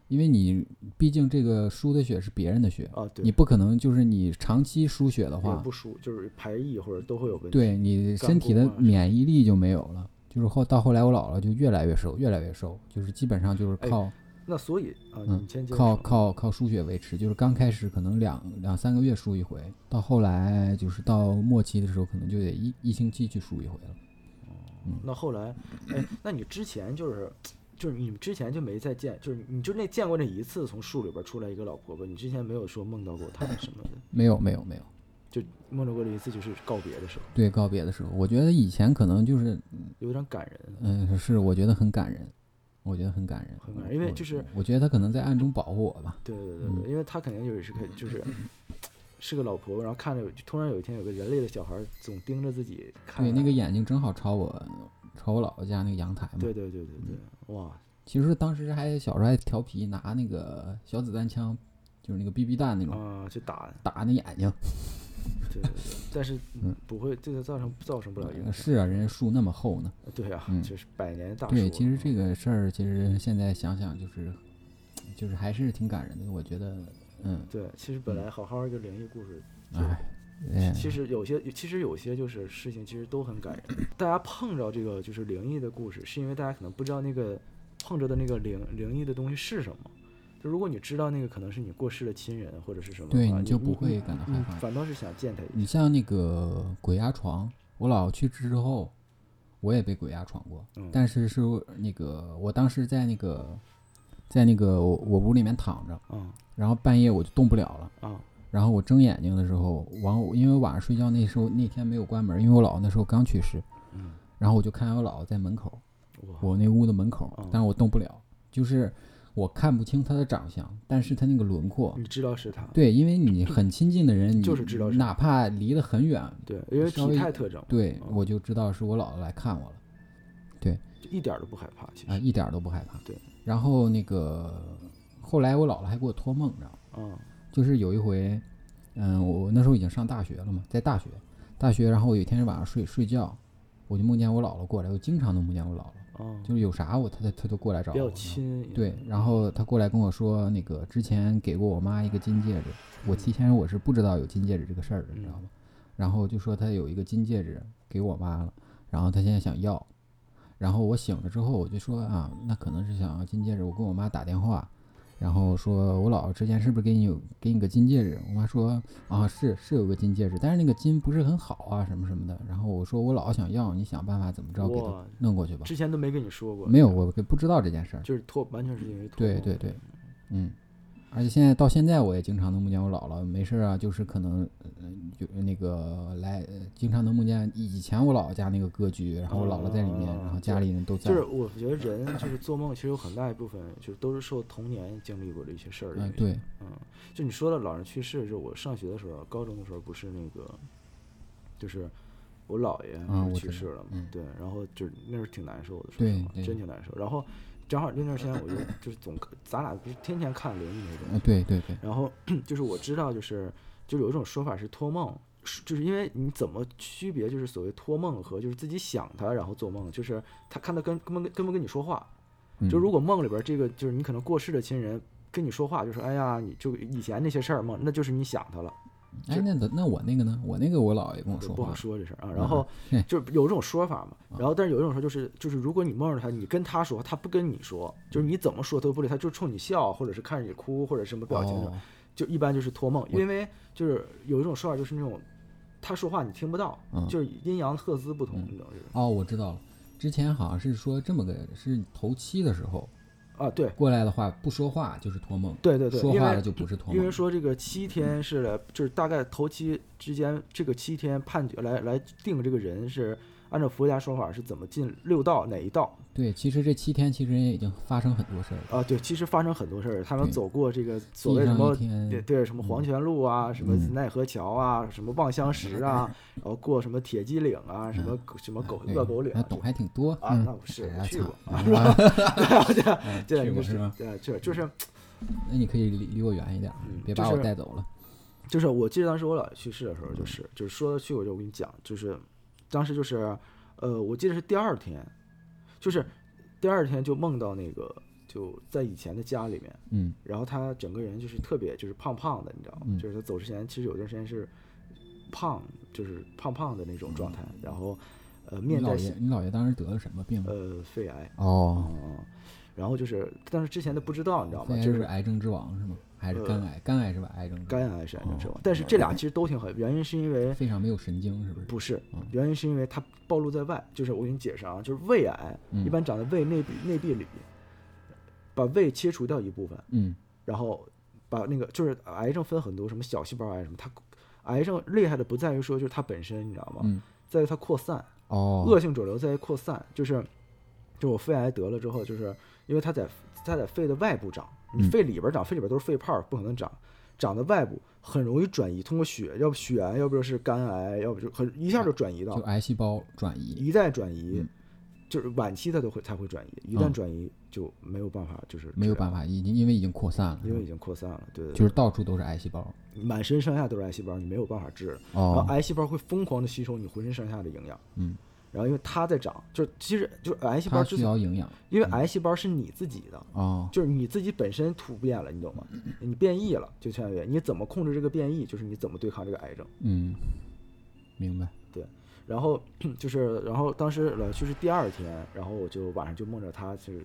因为你毕竟这个输的血是别人的血，啊，对，你不可能就是你长期输血的也话不，输，就是排异或者都会有问题。对你干身体的锅啊免疫力就没有了。就是后到后来，我姥姥就越来越瘦，越来越瘦，就是基本上就是哎靠、那所以啊，你先嗯接着靠说靠靠输血维持，就是刚开始可能两两三个月输一回，到后来就是到末期的时候，可能就得一一星期去输一回了。那后来，哎，那你之前就是。就是你之前就没再见，就是你就那见过那一次从树里边出来一个老婆婆，你之前没有说梦到过她什么的，没有没有没有，就梦到过这一次就是告别的时候，对告别的时候，我觉得以前可能就是，有点感人。啊嗯、是我觉得很感人，我觉得很感人，很感人因为就是我我觉得他可能在暗中保护我吧。对对对嗯对，因为他肯定就是个 就是是个老婆婆，然后看着有突然有一天有个人类的小孩儿总盯着自己看对，着，那个眼睛正好朝我朝我姥姥家那个阳台嘛。对对对对对，哇，其实当时还小时候还调皮，拿那个小子弹枪，就是那个 BB 弹那种，啊，去打，打那眼睛。对对对，但是不会对他造成造成不了影响，是啊，人家树那么厚呢。对啊，嗯嗯就是百年大树，对，其实这个事儿，其实现在想想就是，就是还是挺感人的。我觉得，嗯，对，其实本来好好一个灵异故事，哎，哎其实有些，其实有些就是事情，其实都很感人。大家碰着这个就是灵异的故事，是因为大家可能不知道那个碰着的那个灵灵异的东西是什么。就如果你知道那个可能是你过世的亲人或者是什么的对话，你你就不会你感到害你怕。反倒是想见他一你像那个鬼压床，我姥姥去世之后，我也被鬼压床过，嗯但是是那个我当时在那个在那个我我屋里面躺着，啊然后半夜我就动不了了。啊然后我睁眼睛的时候，完我因为晚上睡觉那时候那天没有关门，因为我姥姥那时候刚去世，嗯然后我就看见我姥姥在门口，哇我那屋的门口哦，但是我动不了，就是我看不清她的长相，但是她那个轮廓，你知道是他对，因为你很亲近的人，你就是知道是哪怕离得很远，对，因为稍体微态特征对哦我就知道是我姥姥来看我了，就一点儿都不害怕，其啊，实一点儿都不害怕。嗯对，然后那个后来我姥姥还给我托梦，你知道吗？啊就是有一回，嗯，我那时候已经上大学了嘛，在大学，大学，然后我有一天晚上睡睡觉，我就梦见我姥姥过来，我经常能梦见我姥姥，啊，就是有啥我她她她都过来找比较我。亲对，然后她过来跟我说，那个之前给过我妈一个金戒指，我提前我是不知道有金戒指这个事儿的，你知道吗？然后就说她有一个金戒指给我妈了，然后她现在想要，然后我醒了之后我就说啊，那可能是想要金戒指，我跟我妈打电话，然后说我姥姥之前是不是给你有给你个金戒指？我妈说啊是是有个金戒指，但是那个金不是很好啊什么什么的。然后我说我姥姥想要，你想办法怎么着给她哇，弄过去吧。之前都没跟你说过，没有，我不知道这件事儿。就是托，完全是因为托对梦对对，嗯，而且现在到现在我也经常能梦见我姥姥，没事儿啊，就是可能呃就那个来，呃经常能梦见以前我姥姥家那个格局，然后我姥姥在里面，然后家里人都在哦就，是我觉得人就是做梦，其实有很大一部分就是都是受童年经历过的一些事儿。嗯，，对，嗯，就你说到老人去世，就我上学的时候，高中的时候不是那个，就是我姥爷啊不我是去知世了嘛，嗯对，然后就是那时候挺难受的，说对实话，对真挺难受。然后正好那段时间，我就 就是总咱俩不是天天看灵异那种， 嗯，对对对，然后 就是我知道，就是就是有一种说法是托梦，是就是因为你怎么区别就是所谓托梦和就是自己想他然后做梦，就是他看他跟根本根本跟你说话，嗯就如果梦里边这个就是你可能过世的亲人跟你说话，就说哎呀，你就以前那些事儿梦，那就是你想他了，哎，那怎那我那个呢？我那个我姥爷跟我就说不好话，说这事儿啊。嗯啊然后对就是有一种说法嘛，然后但是有一种说就是就是如果你梦着他，你跟他说，他不跟你说，就是你怎么说他都不理，他就冲你笑，或者是看着你哭，或者什么表情什么哦就一般就是托梦，因为就是有一种说法就是那种，他说话你听不到，嗯就是阴阳赫兹不同，你懂是吧哦，我知道了，之前好像是说这么个，是头七的时候啊？对过来的话，不说话就是托梦，对对对，说因话了为就不是托因为梦，说这个七天是来，就是大概头七之间，这个七天判决来来定这个人是按照佛家说法是怎么进六道哪一道对，其实这七天其实也已经发生很多事儿了，啊？对，其实发生很多事儿，他们对走过这个所地谓什上一么天，嗯对对，什么黄泉路啊，什么奈何桥啊，什么望乡石啊， 然后过什么铁鸡岭啊，什么什么狗嗯对恶狗岭那啊，懂还挺多啊，那不 是哎我呀去操过啊对对，去就过是是吧对，就是就是嗯那你可以离离我远一点，别把就我是带走了。就是，我记得当时我姥爷去世的时候，就是就是说到去，我就我跟你讲，就是当时就是呃，我记得是第二天，就是第二天就梦到那个就在以前的家里面，嗯，然后他整个人就是特别就是胖胖的，你知道吗？嗯就是他走之前，其实有段时间是胖，就是胖胖的那种状态，然后呃你面带姥爷，你姥爷当时得了什么病？呃肺癌。哦，嗯，然后就是，但是之前都不知道，你知道肺吗？癌就是是癌症之王是吗？还是肝癌？肝癌是吧？癌症之王肝癌啊是癌症之哦王，但是这俩其实都挺狠，原因是因为非常没有神经是不是？不是，原因是因为它暴露在外。就是我给你解释啊，就是胃癌嗯一般长在胃内壁内壁里，把胃切除掉一部分，嗯，然后把那个就是癌症分很多，什么小细胞癌什么，它癌症厉害的不在于说就是它本身，你知道吗？嗯在于它扩散，哦，恶性肿瘤在于扩散，就是就我肺癌得了之后，就是因为它在它在肺的外部长，嗯你肺里边长，肺里边都是肺泡，不可能长。长的外部很容易转移，通过血，要不血癌，要不就是肝癌，要不就很一下就转移到就，癌细胞转移，一旦转移，嗯就是晚期它都会才会转移，一旦转移就没有办法，就是没有治疗办，法，已经因为已经扩散了，因为已经扩散了，对，对就是到处都是癌细胞。对满身上下都是癌细胞，你没有办法治，然后哦，呃啊癌细胞会疯狂的吸收你浑身上下的营养，嗯，然后因为它在长，就是其实就是癌细胞它之需所以，要营养。因为癌细胞是你自己的，哦，就是你自己本身突变了，你懂吗？你变异了，就相当于你怎么控制这个变异，就是你怎么对抗这个癌症。嗯，明白。然后 就是，然后当时老去世第二天，然后我就晚上就梦着他，就是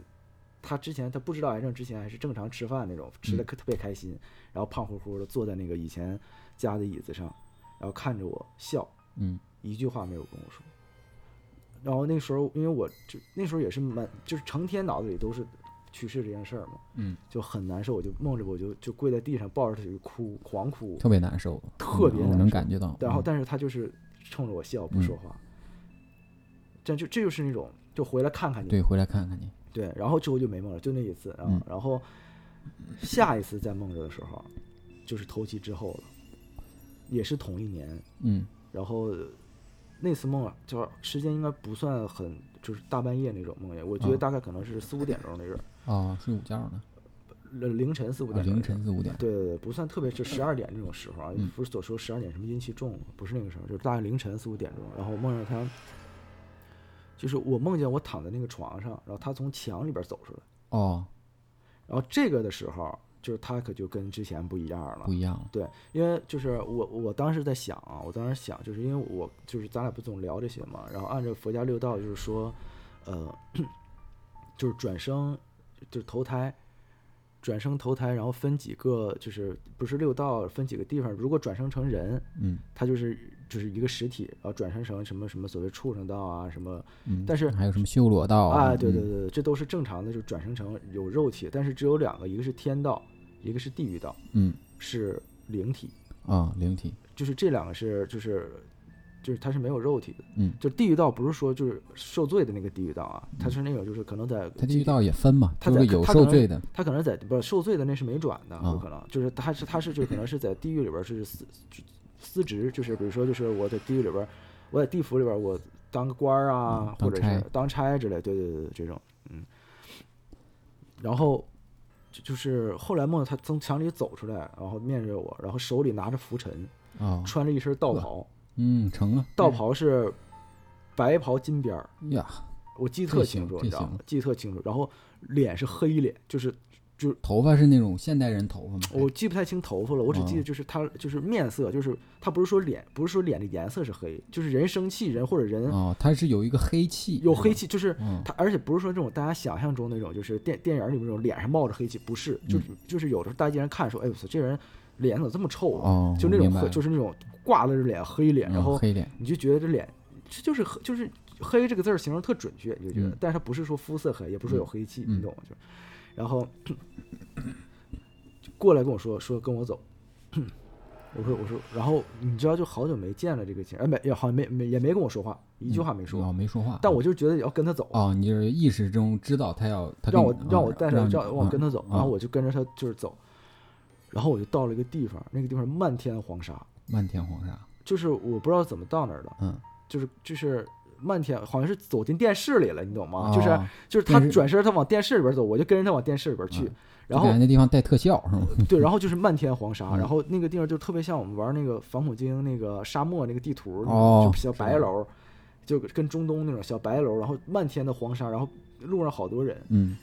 他之前他不知道癌症之前还是正常吃饭那种，吃的特别开心，然后胖乎乎的坐在那个以前家的椅子上，然后看着我笑，嗯一句话没有跟我说。然后那时候，因为我就那时候也是蛮，就是成天脑子里都是去世这件事儿嘛，嗯，就很难受，我就梦着我就就跪在地上抱着他就哭，狂哭，特别难受，特别嗯我难能受感觉到。然后嗯但是他就是冲着我笑不说话，这就这就是那种就回来看看你，对，回来看看你。对然后之后就没梦了，就那一次啊，嗯然后下一次再梦着的时候，就是头七之后了，也是同一年，嗯然后那次梦啊，就是时间应该不算很，就是大半夜那种梦魇，我觉得啊大概可能是四五点钟那阵儿，哦，睡午觉呢，呃凌晨四五啊点钟那凌阵儿、晨四五点。对对对，不算特别是十二点这种时候啊，嗯不是所说十二点什么阴气重，不是那个时候，就是大概凌晨四五点钟，然后梦见他，就是我梦见我躺在那个床上，然后他从墙里边走出来，哦，然后这个的时候，就是他可就跟之前不一样了不。一样了。对，因为就是我，我当时在想啊，我当时想，就是因为我就是咱俩不总聊这些嘛，然后按照佛家六道，就是说，呃， 就是转生，就是投胎，转生投胎，然后分几个，就是不是六道分几个地方，如果转生成人，嗯他就是就是一个实体，然后转生成什么什么所谓畜生道啊什么嗯。但是还有什么修罗道啊，对对嗯对，对这都是正常的，就转生成有肉体，但是只有两个，一个是天道，一个是地狱道，嗯是灵体。啊，灵体。就是这两个是就是就是它是没有肉体的，嗯，就地狱道不是说就是受罪的那个地狱道啊，它是那种就是可能在嗯它地狱道也分嘛，它就在是有它可受能罪的，它可能在不是受罪的那是没转的，啊有可能就是它是它是就可能是在地狱里边是司司职，就是比如说就是我在地狱里边，我在地府里边我当个官儿啊嗯，当或者差是当差之类，对对对对这种，嗯，然后。就就是后来梦见他从墙里走出来，然后面对我，然后手里拿着拂尘，哦，穿着一身道哇袍，嗯，成了道袍是白袍金边儿，呀，我记得这特清行楚，这你知道吗行？记得特清楚。然后脸是黑脸，就是头发是那种现代人头发吗？我记不太清头发了，我只记哦得就是他就是面色，就是他不是说脸，不是说脸的颜色是黑，就是人生气人或者人哦，它是有一个黑气，有黑是吧，气，就是嗯他，而且不是说这种大家想象中那种，就是电电影里面那种脸上冒着黑气，不是，嗯就是就是有的时候大街上看说，哎呦，这人脸怎么这么臭啊？哦，就那我种明白黑，了就是那种挂的脸黑脸，然嗯后黑脸，你就觉得这脸，这就是黑，就是黑这个字儿形容特准确，你就觉得，嗯但是它不是说肤色黑，也不是说有黑气，嗯你懂吗？就，然后就过来跟我说说跟我走，我说我说，然后你知道就好久没见了这个情人，哎没也好像没没也没跟我说话，一句话没说，哦，没说话，但我就觉得也要跟他走，哦，你就是意识中知道他要他让我跟你让啊我带让上，你让我跟他走，啊然后我就跟着他就是走，然后我就到了一个地方，那个地方漫天黄沙，漫天黄沙，就是我不知道怎么到那儿的。嗯，就是就是漫天，好像是走进电视里了，你懂吗？哦啊就是就是他电视转身，他往电视里边走，我就跟着他往电视里边去，嗯然就感后觉那地方带特效是吗？ 对，然后就是漫天黄沙，嗯然后那个地方就特别像我们玩那个反恐精英那个沙漠那个地图，哦就小白是楼，就跟中东那种小白楼，然后漫天的黄沙，然后路上好多人，嗯，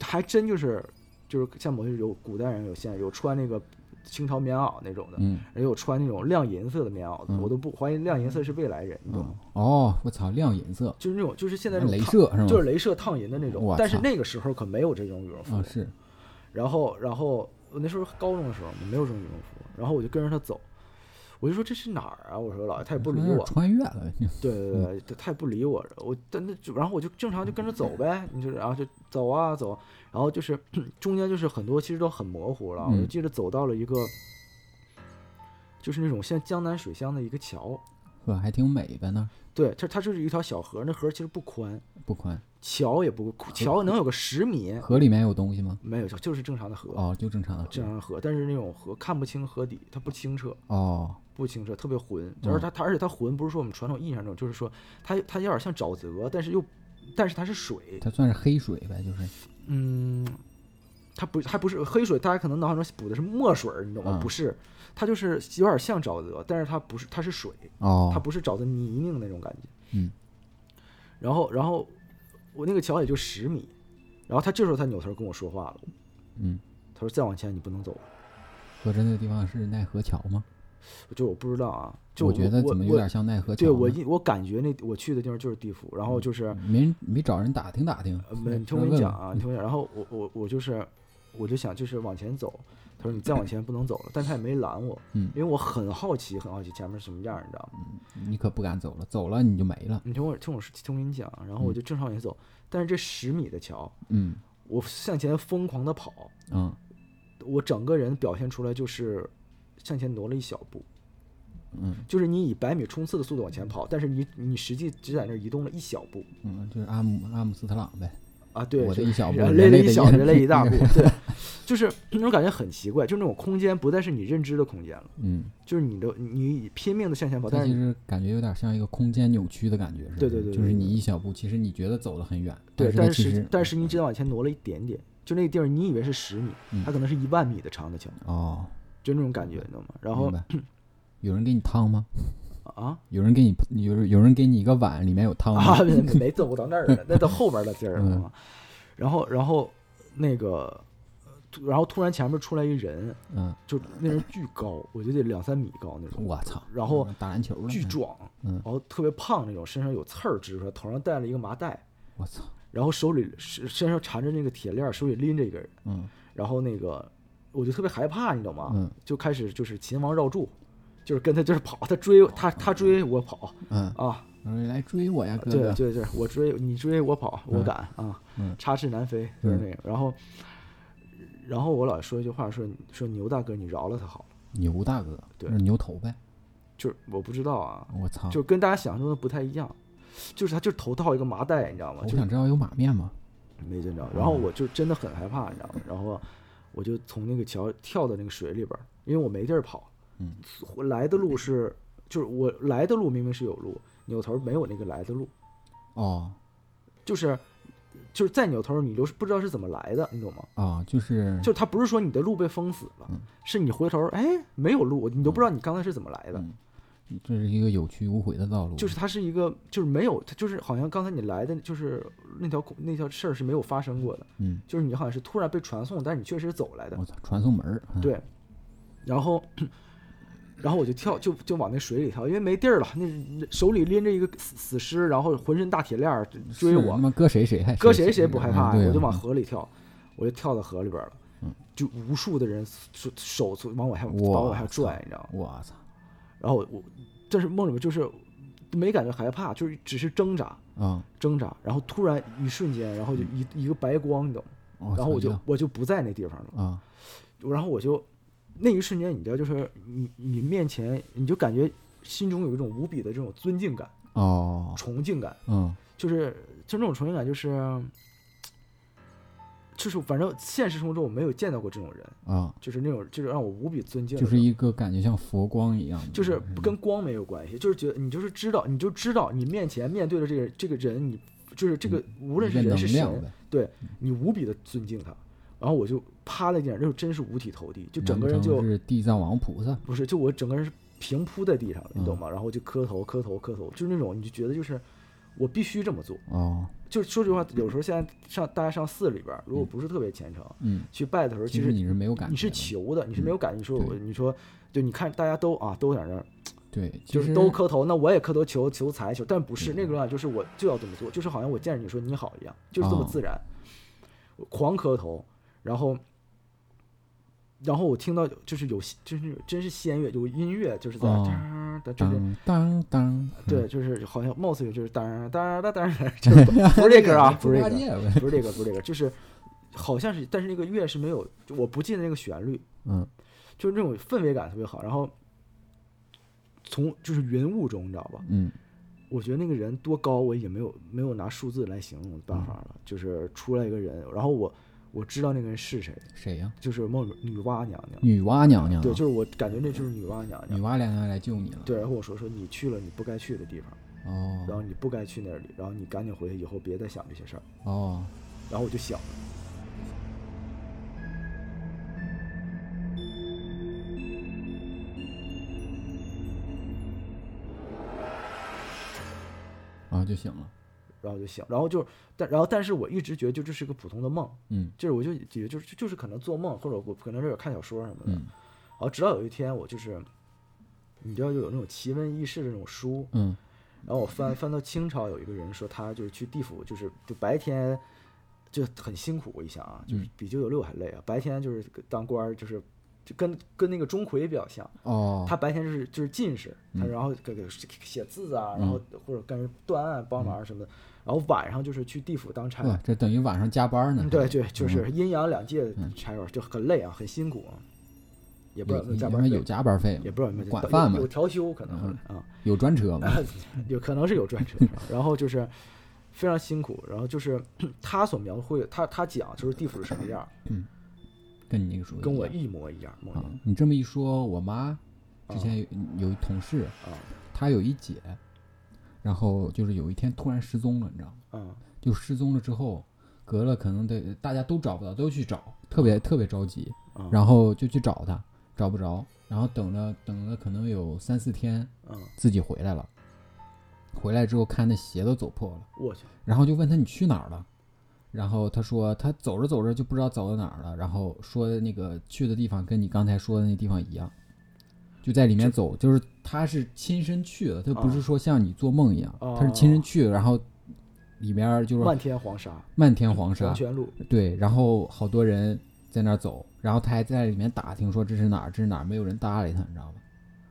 还真就是就是像某些有古代人有现在有穿那个清朝棉袄那种的。嗯也有穿那种亮银色的棉袄的，嗯我都不怀疑亮银色是未来人，你懂吗？嗯，哦，我操，亮银色，就是那种，就是现在那种镭烫射是吗？就是镭射烫银的那种我，但是操那个时候可没有这种羽绒服啊，。是，然后，然后我那时候高中的时候没有这种羽绒服，然后我就跟着他走，我就说这是哪儿啊？我说老爷，他也不理有点我，穿越了， 对对嗯对，他他也不理我，我但那就然后我就正常就跟着走呗，你就然后就走啊走，然后就是 中间就是很多其实都很模糊了，我就嗯记得走到了一个。就是那种像江南水乡的一个桥，是吧？还挺美的呢，对，它它就是一条小河，那河其实不宽，不宽。桥也不哦桥能有个十米，河里面有东西吗？没有，就就是正常的河，哦，就正常的正河。常的河，但是那种河看不清河底，它不清澈，哦，不清澈，特别浑。嗯而它它而且它浑不是说我们传统意义上那种，就是说它它有点像沼泽，但是又但是它是水，它算是黑水呗，就是嗯，它不还不是黑水，大家可能脑海中补的是墨水儿，你懂吗？嗯不是，它就是有点像沼泽，但是它不是，它是水，它哦，不是沼泽泥泞那种感觉。嗯，然后然后我那个桥也就十米，然后他这时候他扭头跟我说话了，嗯，他说再往前你不能走了，合着那个地方是奈何桥吗？就我不知道啊，就我觉得怎么有我点像奈何桥呢？对我印我感觉那我去的地方就是地府，然嗯后就是、没人没找人打听打听呃，没你听我跟问问嗯你讲啊，你听我讲，然后我我我就是我就想就是往前走，他说你再往前不能走了，但他也没拦我，嗯因为我很好奇很好奇前面什么样，你知道吗？你可不敢走了，走了你就没了。你听我听我听我跟你讲，啊然后我就正常往前走，但是这十米的桥，嗯我向前疯狂的跑，嗯我整个人表现出来就是向前挪了一小步，嗯就是你以百米冲刺的速度往前跑，但是你你实际只在那儿移动了一小步嗯，就是阿姆阿姆斯特朗呗。啊，对，我的就是一小步人类人类一的小，一人类一大 步，对，就是那种感觉很奇怪，就那种空间不再是你认知的空间了， 嗯，就是你的你以拼命的向前跑，它但其是实感觉有点像一个空间扭曲的感觉似的。对对对对就是你对一小步，其实你觉得走了很远，对，但但它其是实但是你只往前挪了一点点，就那个地儿你以为是十米，它可能是一万米的长的桥，哦，就那种感觉，你知道吗？然后明白。有人给你汤吗？啊有人给你有人有人给你一个碗，里面有汤吗？啊，没没走到那儿了，那到后边的地儿了嘛。然后，然后那个，呃突然后突然前面出来一人，嗯，就那人巨高，我觉得得两三米高那种，我操！然后打篮球了，巨壮，嗯然后特别胖那种，身上有刺儿支出来，头上戴了一个麻袋，我操！然后手里身身上缠着那个铁链儿，手里拎着一个人，嗯然后那个我就特别害怕，你懂吗？嗯就开始就是秦王绕柱，就是跟他就是跑，他追我哦他他追我跑嗯，啊，我说来追我呀，哥对哥！对对，我追你追我跑，我嗯敢啊嗯，插翅难飞就是那个。然后，然后我老说一句话，说说牛大哥，你饶了他好了。牛大哥，对那是牛头呗！就是我不知道啊，我操！就跟大家想象中的不太一样，就是他就是头套一个麻袋，你知道吗？我就想知道有马面吗？没见嗯着。然后我就真的很害怕，你知道吗？然后我就从那个桥跳到那个水里边儿，因为我没地儿跑。嗯，来的路是就是我来的路明明是有路，扭头没有那个来的路，哦就是就是再扭头你就是不知道是怎么来的，你懂吗？哦，就是就他不是说你的路被封死了，嗯是你回头哎没有路，你都不知道你刚才是怎么来的，嗯这是一个有去无回的道路，就是它是一个就是没有，它就是好像刚才你来的就是那条那条事儿是没有发生过的，嗯，就是你好像是突然被传送，但是你确实走来的，我操，传送门儿，嗯，对，然后。然后我就跳，就就往那水里跳，因为没地儿了。那手里拎着一个死死尸，然后浑身大铁链儿追是我他，妈搁谁谁还搁谁谁不害怕嗯呀、对啊我就往河里跳，我就跳到河里边了。嗯就无数的人手手从往我下把哇我往下拽，你知道吗？我操然后我，但是梦里面就是没感觉害怕，就是只是挣扎啊！挣扎，然后突然一瞬间，然后就嗯一、一个白光，你懂吗？哦然后我就我就不在那地方了，啊然后我就那一瞬间，你知道，就是你你面前你就感觉心中有一种无比的这种尊敬感、哦崇敬感，嗯就是就那种崇敬感，就是就是反正现实生活中我没有见到过这种人，啊，就是那种就是让我无比尊敬的就那种，是一个感觉像佛光一样嗯的，就是跟光没有关系，就是觉得你就是知道，你就知道你面前面对的这个这个人，你就是这个无论嗯一是个人能是量神，呗，对你无比的尊敬他。然后我就趴在地上，就真是五体投地，就整个人难不就成嗯是地藏王菩萨，不是，就我整个人是平铺在地上嗯的，你懂吗？然后就磕头磕头磕头，就是那种你就觉得就是我必须这么做。哦，就是说实话，有时候现在上大家上寺里边儿，如果不是特别虔诚，嗯，去拜的时候，其其实实你是没有感觉的，嗯你是求的，你是没有感觉。你说我，对你说，就你看大家都啊都在那儿对，其就是实都磕头，那我也磕头求求财求，但不是那个啊，就是我就要这么做，就是好像我见着你说你好一样，就是这么哦自然，我狂磕头，然后，然后我听到就是有就是真是仙乐，有音乐就是在哦哒哒就是。当嗯当当，对，就是好像貌似有就是当当当当， 就是不不是这嗯歌 哎啊，不是这个，猪八戒呗，不是这个，不是这个，就是好像是，但是那个乐是没有，就我不记得那个旋律，嗯就是那种氛围感特别好。然后从就是云雾中，你知道吧？嗯我觉得那个人多高，我已经没有没有拿数字来形容的办法嗯了。就是出来一个人，然后我我知道那个人是谁，谁呀、就是孟女娲娘娘。女娲娘娘啊、对，就是我感觉那就是女娲娘女娘。娲娘娘来救你了。对，然后我说说你去了你不该去的地方，然哦后你不该去那里，然后你赶紧回去，以后别再想这些事儿。哦，然后我就想，然后啊就醒了。然后我就想，然后就但然后但是我一直觉得就这是个普通的梦，嗯就是我就也就是就是可能做梦或者我可能是有看小说什么的，嗯然后直到有一天我就是，你知道就有那种奇闻异事的那种书，嗯然后我翻翻到清朝有一个人说他就是去地府，就是就白天就很辛苦，我一想啊，就是嗯比九九六还累啊，白天就是当官儿就是。就跟跟那个钟馗比较像，哦，他白天就是就是进士，他嗯然后给给写字啊，然后或者干断案帮忙嗯什么的，然后晚上就是去地府当差，哇这等于晚上加班呢嗯，。对对，就是阴阳两界嗯柴火就很累啊，很辛苦啊，也不知道有没有有加你班费们有，加班费吗？也不知道有没有加管班饭嗯有有吗？调休可能会啊，有专 车吗？有可能是有专车，然后就是非常辛苦，然后就是 他所描绘的，他他讲就是地府是什么样儿，跟你那个说的跟我一样一模一样，梦啊，你这么一说，我妈啊之前有有一同事，啊她有一姐，然后就是有一天突然失踪了，你知道吗？啊就失踪了之后，隔了可能得大家都找不到，都去找，特别特别着急，啊，然后就去找她，找不着，然后等了等了可能有三四天，嗯，自己回来了。回来之后看那鞋都走破了，我去，然后就问他你去哪儿了，然后他说他走着走着就不知道走到哪儿了，然后说的那个去的地方跟你刚才说的那地方一样，就在里面走，就是他是亲身去的，他不是说像你做梦一样，他是亲身去的，然后里面就是漫天黄沙，哦漫天黄沙黄，泉路，对，然后好多人在那儿走，然后他还在里面打听说这是哪儿，这是哪儿，没有人搭理他，你知道吧？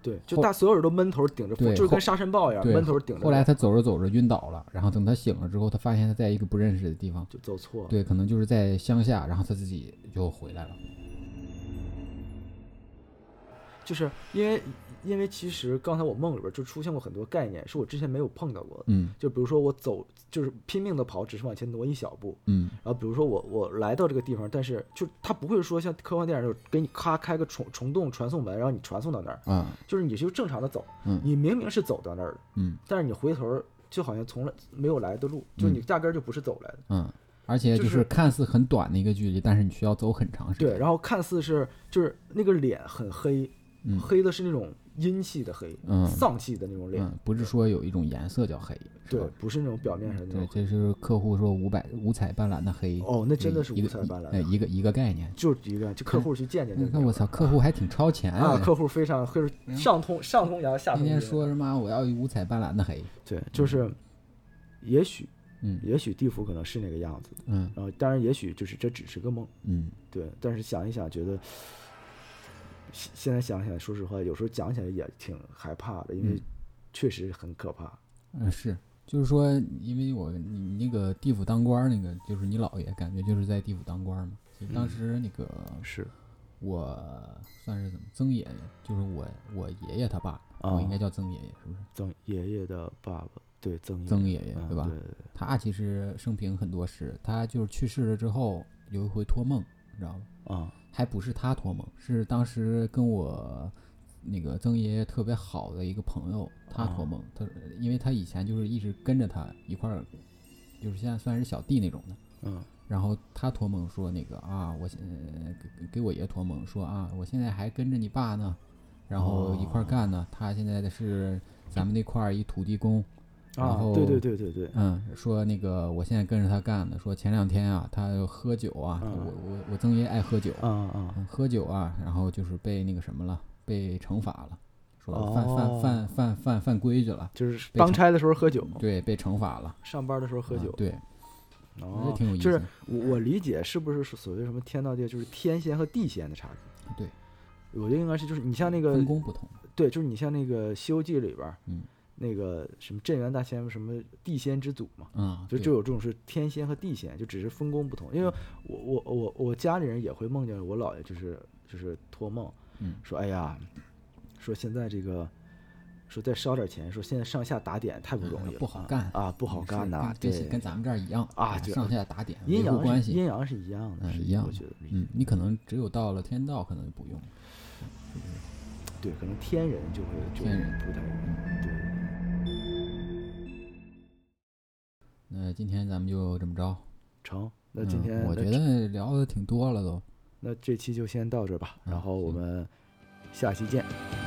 对，就后大所有人都闷头顶着风，对就是后跟沙尘暴一样，对闷头顶着风，后来他走着走着晕倒了，然后等他醒了之后，他发现他在一个不认识的地方。就走错了，对，可能就是在乡下，然后他自己就回来了。就是因为因为其实刚才我梦里边就出现过很多概念，是我之前没有碰到过的。嗯就比如说我走，就是拼命的跑，只是往前挪一小步。嗯然后呃比如说我我来到这个地方，但是就它不会说像科幻电影那种给你咔开个虫虫洞传送门，然后你传送到那儿，啊就是你就正常的走。嗯你明明是走到那儿的，嗯但是你回头就好像从来没有来的路，就你压根儿就不是走来的。嗯，而且就就是是看似很短的一个距离，但是你需要走很长时间。对，然后看似是就是那个脸很黑，嗯黑的是那种阴气的黑，嗯丧气的那种脸。嗯，不是说有一种颜色叫黑，是对吧，不是那种表面上的那对，种黑。这就是客户说五百五彩斑斓的黑。哦，那真的是一五个彩一斑斓哎的，一个一个概念。就是一个就客户去见见那就那行我操，哎客户还挺超前啊，的客户非常就是上通上通阳下天通天阴。说什么我要五彩斑斓的黑。对，就是也许嗯也许地府可能是那个样子，嗯然后当然也许就是这只是个梦，嗯，对，但是想一想觉得。现现在想起来，说实话，有时候讲起来也挺害怕的，因为嗯确实很可怕。嗯，是，就是说，因为我你你那个地府当官儿那个，就是你姥爷，感觉就是在地府当官儿嘛。其实当嗯时那个是我算是怎么曾爷爷，就是我我爷爷他爸，我应该叫曾爷爷，是不是？啊曾哦爷爷的爸爸，对曾爷曾爷爷嗯对吧？对对他其实生平很多事，他就是去世了之后有一回托梦，你知道吗？对啊，还不是他托梦，是当时跟我那个曾爷爷特别好的一个朋友，他托梦。他因为他以前就是一直跟着他一块儿，就是现在算是小弟那种的。嗯然后他托梦说那个啊，我现呃给给我爷托梦说啊，我现在还跟着你爸呢，然后一块儿干呢。他现在的是咱们那块儿一土地公，然啊，后对对对对对，嗯，说那个我现在跟着他干呢。说前两天啊，他喝酒啊，嗯我我我曾爷爱喝酒，啊啊，嗯喝酒啊，然后就是被那个什么了，被惩罚了，说犯哦犯犯犯犯犯规矩了，就是被当惩差的时候喝酒，对，被惩罚了，上班的时候喝啊酒，对，我觉哦得，挺有意就是思，我我理解是不是所谓什么天道界就是天仙和地仙的差别？对，我觉得应该是就是你像那个分工不同，对，就是你像那个《西游记》里边儿，嗯那个什么镇元大仙什么地仙之祖嘛。啊，就对就有这种是天仙和地仙，就只是分工不同。因为我我我我家里人也会梦见我姥爷，就是就是托梦，嗯说哎呀，说现在这个说再烧点钱，说现在上下打点太不容易了，不好干啊，不好干呐、这些跟咱们这儿一样哎啊就上下打点，阴维护关阳是系，阴阳是一样的，嗯，是一样我的觉得，嗯，你可能只有到了天道，可能就不用了。对，可能天人就会就天人不太对，那今天咱们就这么着。成。那今天、嗯、我那觉得聊的挺多了都，那这期就先到这吧，嗯然后我行们下期见，拜